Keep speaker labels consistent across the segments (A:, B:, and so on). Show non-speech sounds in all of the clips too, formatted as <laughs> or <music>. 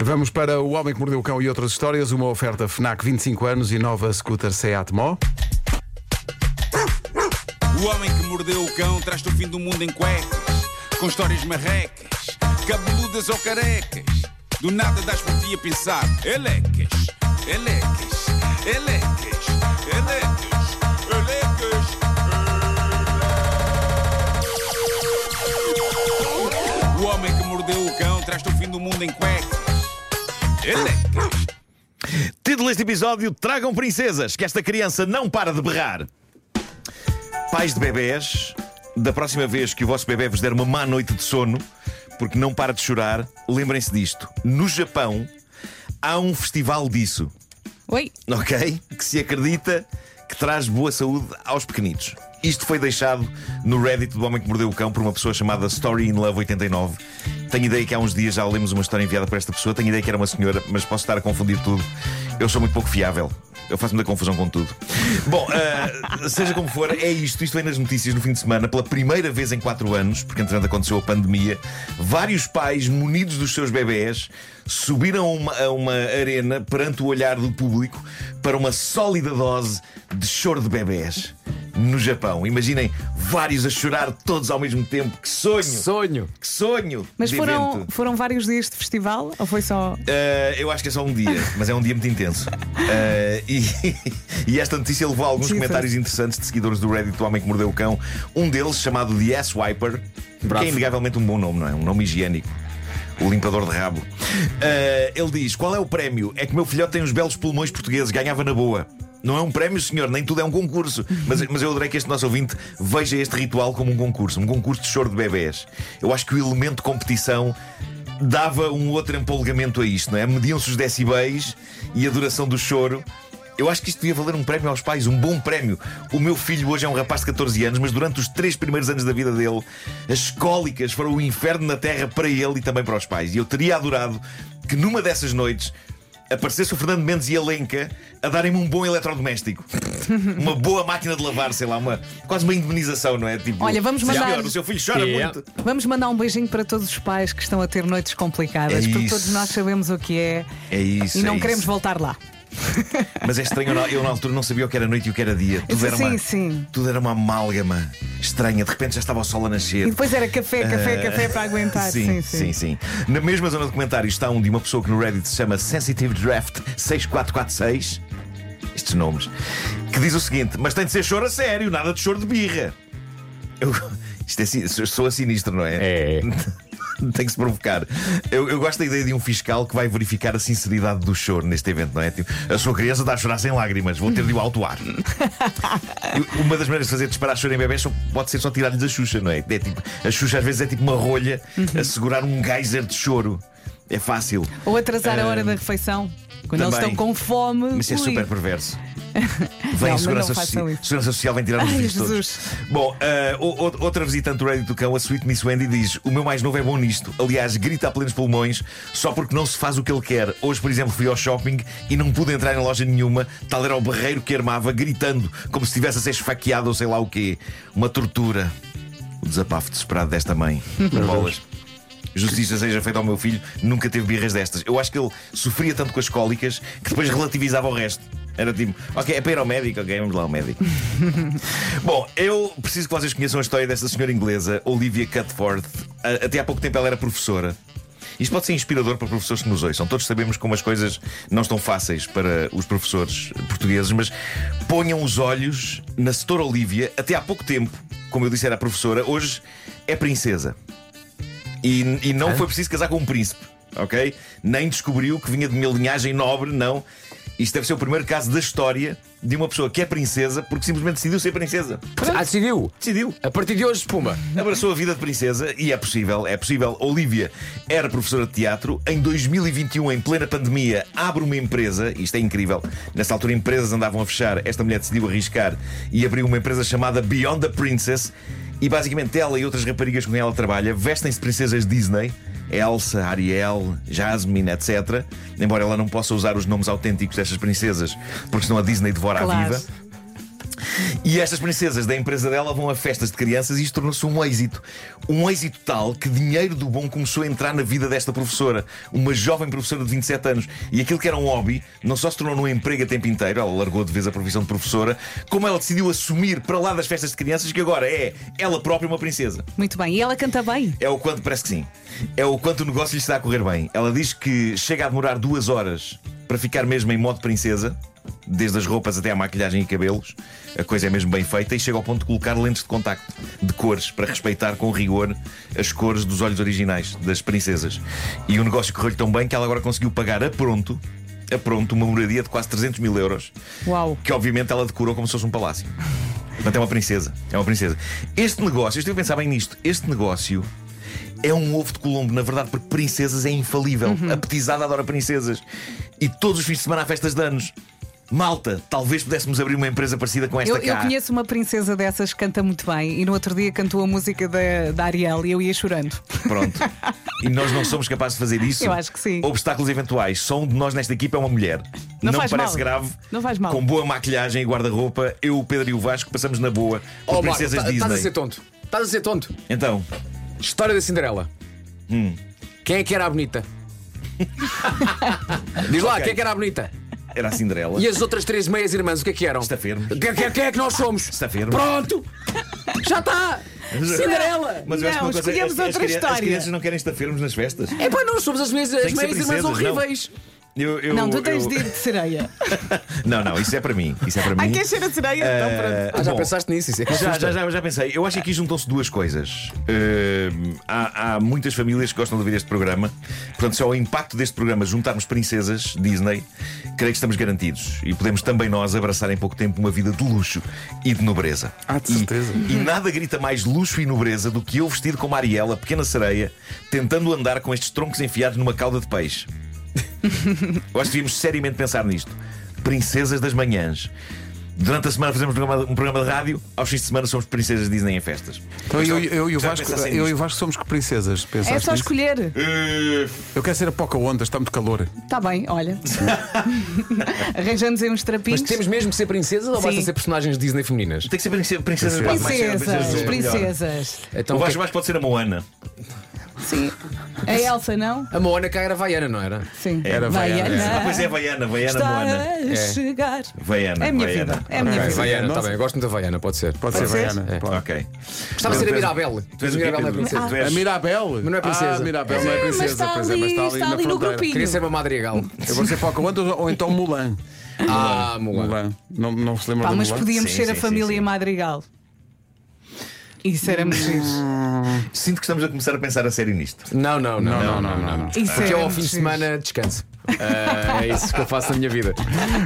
A: Vamos para O Homem que Mordeu o Cão e outras histórias, uma oferta FNAC 25 anos e nova scooter Seat Mó.
B: O homem que mordeu o cão traz-te o fim do mundo em cuecas, com histórias marrecas, cabeludas ou carecas. Do nada das por ti a pensar, elecas, elecas, elecas, elecas, elecas. O homem que mordeu o cão traz-te o fim do mundo em cuecas, elecas.
C: Título deste episódio: Tragam princesas, que esta criança não para de berrar. Pais de bebés, da próxima vez que o vosso bebê vos der uma má noite de sono, porque não para de chorar, lembrem-se disto. No Japão, há um festival disso,
D: Oi,
C: <laughs> ok? Que se acredita que traz boa saúde aos pequenitos. Isto foi deixado no Reddit do Homem que Mordeu o Cão por uma pessoa chamada Story in Love 89. Tenho ideia que há uns dias já lemos uma história enviada por esta pessoa. Tenho ideia que era uma senhora, mas posso estar a confundir tudo. Eu sou muito pouco fiável. Eu faço muita confusão com
D: <laughs>
C: tudo. Bom, ah, seja como for, é isto. Isto vem nas notícias no fim de semana, pela primeira vez em quatro anos, porque entretanto aconteceu a pandemia. Vários pais, munidos dos seus bebés, subiram a uma, a uma arena perante o olhar do público para uma sólida dose de choro de bebés no Japão. Imaginem vários a chorar todos ao mesmo tempo. Que sonho!
A: Sonho!
C: Que sonho!
D: mas
C: de
D: foram,
C: evento.
D: foram vários dias de festival ou foi só.
C: Uh, eu acho que é só um dia, mas é um dia muito intenso. Uh, e, <laughs> e esta notícia levou a alguns
D: Sim,
C: comentários interessantes de seguidores do Reddit do Homem que Mordeu o Cão. Um deles, chamado The Ass Wiper, que é inegavelmente um bom nome, não é? Um nome higiênico. O limpador de rabo. Uh, ele diz: Qual é o prémio? É que meu filhote tem os belos pulmões portugueses, ganhava na boa. Não é um prémio, senhor, nem tudo é um concurso. Mas, mas eu adorei que este nosso ouvinte veja este ritual como um concurso, um concurso de choro de bebés. Eu acho que o elemento de competição dava um outro empolgamento a isto, não é? Mediam-se os decibéis e a duração do choro. Eu acho que isto devia valer um prémio aos pais, um bom prémio. O meu filho hoje é um rapaz de 14 anos, mas durante os três primeiros anos da vida dele, as cólicas foram o inferno na terra para ele e também para os pais. E eu teria adorado que numa dessas noites aparecesse o Fernando Mendes e a Lenca a darem-me um bom
D: <laughs>
C: eletrodoméstico. uma boa máquina de lavar, sei lá, uma, quase uma indemnização, não é? Tipo,
D: Olha, vamos mandar-
C: Senhor, o seu filho chora
E: Yeah.
C: muito.
D: Vamos mandar um beijinho para todos os pais que estão a ter noites complicadas,
C: É
D: porque
C: isso.
D: todos nós sabemos o que é
C: É isso.
D: e não
C: é
D: queremos
C: isso.
D: voltar lá.
C: Mas é estranho, eu na- eu na altura não sabia o que era noite e o que era dia. Tudo era,
D: Sim,
C: uma,
D: sim.
C: Tudo era uma amálgama estranha. De repente já estava o sol a nascer.
D: E depois era café, café, café para aguentar.
C: Eh, Sim, sim, sim. Na mesma zona de comentários está um de uma pessoa que no Reddit se chama Sensitive Draft 6446. Estes nomes. Que diz o seguinte: Mas tem de ser choro a sério, nada de choro de birra. Eu, <laughs> isto é, sin- sou- sou a sinistro, não
E: É.
C: <laughs> Tem que se provocar. Eu, eu gosto da ideia de um fiscal que vai verificar a sinceridade do choro neste evento, não é? Tipo, a sua criança está a chorar sem lágrimas, vou ter de o autuar. E Uma das maneiras de fazer disparar choro em bebés só- pode ser só tirar-lhes a Xuxa, não é? É tipo, a Xuxa às vezes é tipo uma rolha
D: Uhum.
C: a segurar um geyser de choro. É fácil.
D: Ou atrasar a hora da refeição. Quando eles
C: Ah. também.
D: estão com fome.
C: Mas isso é
D: ui.
C: super
D: <laughs>
C: perverso.
D: Não,
C: Vem
D: mas
C: a segurança,
D: não façam
C: Social-
D: isso.
C: segurança social, vem tirar os
D: Ai,
C: vídeos todos.
D: Jesus.
C: Bom, eh, o- o- outra visitante do Reddit do Cão, a Sweet Miss Wendy, diz: O meu mais novo é bom nisto. Aliás, grita a plenos pulmões só porque não se faz o que ele quer. Hoje, por exemplo, fui ao shopping e não pude entrar em loja nenhuma. Tal era o barreiro que armava, gritando como se estivesse a ser esfaqueado ou sei lá o quê. Uma tortura. O desabafo desesperado desta mãe. Bolas. Justiça seja feita ao meu filho, nunca teve birras destas. Eu acho que ele sofria tanto com as cólicas que depois relativizava o resto. Era tipo, ok, é para ir ao médico, ok, vamos lá ao médico. Bom, eu preciso que vocês conheçam a história desta senhora inglesa, Olivia Cutforth. A- Até há pouco tempo ela era professora. Isto pode ser inspirador para professores que nos ouçam. Todos sabemos como as coisas não estão fáceis para os professores portugueses, mas ponham os olhos na setora Olivia. Até há pouco tempo, como eu disse, era professora, hoje é princesa. E, e não foi preciso casar com um príncipe, ok? Nem descobriu que vinha de uma linhagem nobre, não. Isto deve ser o primeiro caso da história de uma pessoa que é princesa porque simplesmente decidiu ser princesa.
E: Ah, decidiu?
C: Decidiu.
E: A partir de hoje, espuma.
C: Abraçou a vida de princesa e é possível, é possível. Olivia era professora de teatro. Em 2021, em plena pandemia, abre uma empresa. Isto é incrível. Nessa altura, empresas andavam a fechar. Esta mulher decidiu arriscar e abriu uma empresa chamada Beyond the Princess. E basicamente ela e outras raparigas com quem ela trabalha vestem-se de princesas Disney. Elsa, Ariel, Jasmine, etc. Embora ela não possa usar os nomes autênticos destas princesas, porque senão a Disney devora a
D: Claro.
C: vida. E estas princesas da empresa dela vão a festas de crianças e isto tornou-se um êxito. Um êxito tal que dinheiro do bom começou a entrar na vida desta professora, uma jovem professora de 27 anos. E aquilo que era um hobby não só se tornou num emprego a tempo inteiro, ela largou de vez a profissão de professora, como ela decidiu assumir para lá das festas de crianças que agora é ela própria uma princesa.
D: Muito bem. E ela canta bem?
C: É o quanto parece que sim. É o quanto o negócio lhe está a correr bem. Ela diz que chega a demorar duas horas para ficar mesmo em modo princesa, desde as roupas até à maquilhagem e cabelos. A coisa é mesmo bem feita e chega ao ponto de colocar lentes de contacto de cores para respeitar com rigor as cores dos olhos originais das princesas. E o negócio correu-lhe tão bem que ela agora conseguiu pagar a pronto. A pronto, uma moradia de quase 300 mil euros
D: Uau.
C: que obviamente ela decorou como se fosse um palácio. Portanto, é uma princesa. É uma princesa. Este negócio, eu estive a pensar bem nisto, este negócio é um ovo de Colombo, na verdade, porque princesas é infalível.
D: Uhum.
C: A petizada adora princesas. E todos os fins de semana há festas de anos. Malta, talvez pudéssemos abrir uma empresa parecida com esta
D: Eu, eu
C: cá.
D: conheço uma princesa dessas que canta muito bem e no outro dia cantou a música da, da Ariel e eu ia chorando. <laughs>
C: Pronto. E nós não somos capazes de fazer isso.
D: Eu acho que sim.
C: Obstáculos eventuais. Só um de nós nesta equipa é uma mulher.
D: Não
C: me
D: faz
C: parece
D: mal.
C: grave.
D: Não faz mal.
C: Com boa maquilhagem e guarda-roupa, eu, o Pedro e o Vasco passamos na boa. Por
E: Oh, Marco,
C: princesas
E: tá-
C: Disney.
E: estás a ser tonto. Estás a ser tonto.
C: Então,
E: História da Cinderela. Quem é que era a <laughs> bonita? Diz lá,
C: Ok.
E: quem é que era a bonita?
C: era a Cinderela.
E: E as outras três meias irmãs, o que é que eram?
C: Está firme.
E: Quem, quem- quem é que nós somos?
C: Está firme.
E: Pronto! Já está! <laughs> Cinderela!
C: Mas eu acho que
D: Não,
C: uma coisa, é-
D: escolhemos
C: as, as
D: outra
C: crianças- as
D: história.
C: crianças não querem estar firmes nas festas.
E: É pá, nós somos as meias, as
C: que ser
E: meias irmãs
C: princesas, não.
E: horríveis!
C: Eu- eu-
D: não, tu tens
C: eu-
D: de ir de sereia.
C: Não, não, isso é para mim. Isso é para mim.
D: Ai, queres ser a sereia? Então pronto.
C: Eh,
E: Ah, já
C: bom,
E: pensaste nisso? Isso é que
C: Já,
E: assusta.
C: já, já, já pensei. Eu acho que aqui juntam-se duas coisas. Eh, há, há muitas famílias que gostam de ouvir este programa. Portanto, se ao impacto deste programa juntarmos princesas Disney, creio que estamos garantidos. E podemos também nós abraçar em pouco tempo uma vida de luxo e de nobreza.
A: Ah, de
C: E-
A: certeza.
C: E, nada grita mais luxo e nobreza do que eu vestido como Ariela, pequena sereia, tentando andar com estes troncos enfiados numa cauda de
D: <laughs>
C: peixe. Eu acho que devíamos seriamente pensar nisto. Princesas das manhãs. Durante a semana fazemos um programa, um programa de rádio, aos fins de semana somos princesas Disney em festas.
A: Então eu, eu, e o
C: Já
A: Vasco,
C: pensaste
A: eu e o
C: nisto?
A: Vasco somos que princesas. Pensaste
D: É só
A: nisso?
D: escolher.
C: Eh,
A: Eu quero ser a Pocahontas, está muito calor.
D: Está Tá bem, olha. Arranjamos aí uns trapinhos.
E: Mas temos mesmo que ser princesas ou
D: Sim.
E: basta ser personagens Disney femininas?
C: Tem que ser prince- princesas pode mais ser
D: Princesas,
C: é melhor.
D: princesas.
E: Então,
C: o
E: o que é
C: Vasco Vasco pode ser a Moana.
D: Sim. A Elsa, não?
E: que- a Moana cá era vaiana, não era?
D: Sim.
C: Era
A: Vaiana.
C: Ah, pois é, Vaiana, Vaiana
D: Está
C: Moana.
D: a chegar.
C: Vaiana,
D: É a minha
C: Vaiana.
D: vida. É a minha
E: Ok,
D: vida.
E: Vaiana, está
A: Nossa.
E: tá bem, eu gosto muito da Vaiana, pode ser.
A: Pode, ser,
D: ser?
A: Vaiana. pode.
C: Ok.
E: Gostava de ser a Mirabel.
C: Tu és
E: Mas a
C: o quê,
E: Mirabel não é
C: Pedro?
E: princesa.
C: Tu
A: A
C: és-
A: Mirabel?
E: Mas não é princesa.
A: Ah, Mirabel não é
D: mas
A: princesa,
D: está
A: pois é,
D: ali,
A: mas
D: está
A: está ali,
D: ali
A: na
D: no
A: fronteira.
D: grupinho.
E: Queria ser uma madrigal.
A: Eu vou ser Pocahontas ou, ou então Mulan.
E: Ah, Mulan.
A: Mulan. Não, não se lembra
D: Pá,
A: da
D: mas
A: Mulan?
D: podíamos
C: Sim,
D: ser a
C: sim,
D: família
C: sim, sim.
D: Madrigal. Isso era muito giro.
C: Sinto que estamos a começar a pensar a sério nisto.
E: Não, não, não.
A: Não, não, não, não.
D: Isso
E: Porque
D: era
E: eu ao
D: muito
E: fim de
D: giro.
E: semana descanso. Ah, é isso que eu faço na minha vida.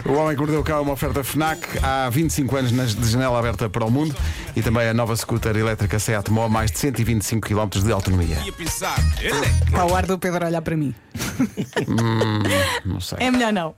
A: O Homem que Mordeu Cá é uma oferta FNAC há 25 anos nas- de janela aberta para o mundo e também a nova scooter elétrica Seat Mó, mais de 125 km de autonomia.
B: Ia pensar, ele é que-
D: Está o ar do Pedro a olhar para mim.
A: Não sei.
D: É melhor não.